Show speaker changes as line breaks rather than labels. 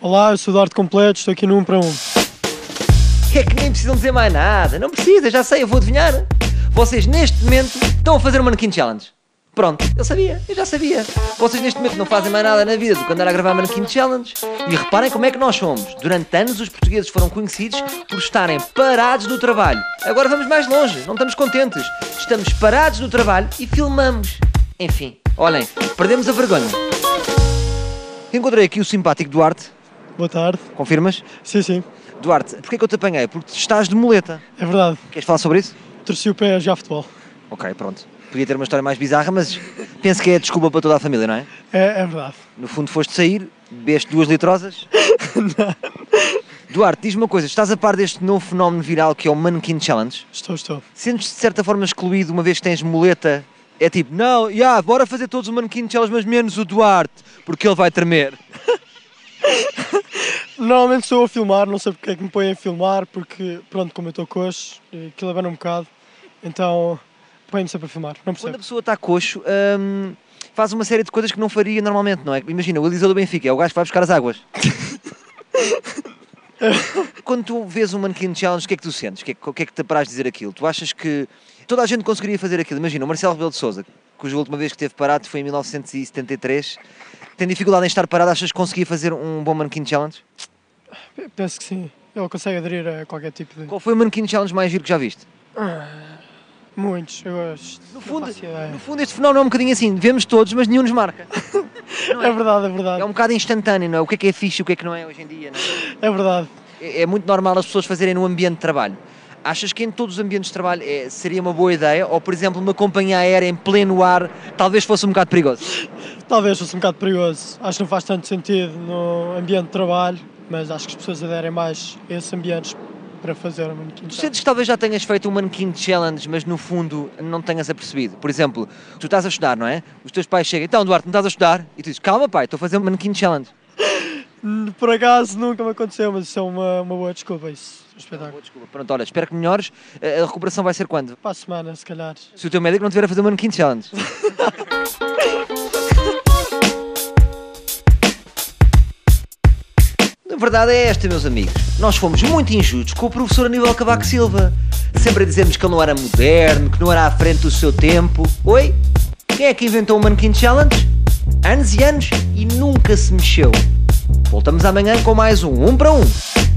Olá, eu sou o Darte Completo, estou aqui no 1 para 1.
É que nem precisam dizer mais nada. Não precisa, já sei, eu vou adivinhar. Vocês neste momento estão a fazer o Mannequin Challenge. Pronto, eu sabia, eu já sabia. Vocês neste momento não fazem mais nada na vida do que andar a gravar Mannequin Challenge. E reparem como é que nós somos. Durante anos os portugueses foram conhecidos por estarem parados do trabalho. Agora vamos mais longe, não estamos contentes. Estamos parados do trabalho e filmamos. Enfim, olhem, perdemos a vergonha. Encontrei aqui o simpático Duarte.
Boa tarde.
Confirmas?
Sim, sim,
Duarte, porquê é que eu te apanhei? Porque estás de muleta.
é verdade.
Queres falar sobre isso?
Torci o pé a jogar futebol.
Ok, pronto. Podia ter uma história mais bizarra, mas penso que é desculpa para toda a família, não é?
É, é verdade.
No fundo foste sair, bebeste duas litrosas. Duarte, diz-me uma coisa, estás a par deste novo fenómeno viral que é o Mannequin Challenge?
Estou, estou.
Sentes-te de certa forma excluído uma vez que tens muleta? É tipo, não, já, bora fazer todos o Mannequin Challenge, mas menos o Duarte, porque ele vai tremer.
Normalmente sou eu a filmar, não sei porque é que me põem a filmar, porque, pronto, como eu estou coxo, aquilo abana um bocado, então põem-me sempre a filmar, não
Quando a
percebo.
pessoa está coxo, hum, faz uma série de coisas que não faria normalmente, não é? Imagina, o Eliseu do Benfica é o gajo que vai buscar as águas. Quando tu vês um Mannequin Challenge, o que é que tu sentes? O que é, que- o que, é que te apraz dizer aquilo? Tu achas que toda a gente conseguiria fazer aquilo? Imagina, o Marcelo Rebelo de Souza, cuja última vez que esteve parado foi em 1973, tem dificuldade em estar parado, achas que conseguia fazer um bom Mannequin Challenge?
P- Penso que sim, ele consegue aderir a qualquer tipo de...
Qual foi o Mannequin Challenge mais giro que já viste?
Muitos, eu gosto.
No fundo,
Não faço ideia.
no fundo este fenómeno é um bocadinho assim, vemos todos, mas nenhum nos marca.
É verdade, é verdade,
É um bocado instantâneo, não é? O que é que é fixe e o que é que não é hoje em dia, não
é
é?
verdade.
É é muito normal as pessoas fazerem no ambiente de trabalho. Achas que em todos os ambientes de trabalho é, seria uma boa ideia? Ou, por exemplo, uma companhia aérea em pleno ar talvez fosse um bocado perigoso?
Talvez fosse um bocado perigoso. Acho que não faz tanto sentido no ambiente de trabalho, mas acho que as pessoas aderem mais a esses ambientes para fazer o manequim.
Tu sentes que talvez já tenhas feito um Mannequin Challenge, mas no fundo não tenhas apercebido? Por exemplo, tu estás a estudar, não é? Os teus pais chegam, então Duarte, não estás a estudar? E tu dizes, calma pai, estou a fazer um Mannequin Challenge.
Hum, Por acaso nunca me aconteceu, mas isso é uma, uma boa desculpa, isso. Um espetáculo.
Boa, desculpa. Pronto, olha, espero que melhores. A a recuperação vai ser quando?
Para a semana, se calhar.
Se o teu médico não tiver a fazer um Mannequin Challenge. A verdade é esta, meus amigos. Nós fomos muito injustos com o professor Aníbal Cavaco Silva. Sempre a dizermos que ele não era moderno, que não era à frente do seu tempo. Oi? Quem é que inventou o Mannequin Challenge? Anos e anos e nunca se mexeu. Voltamos amanhã com mais um 1 para 1.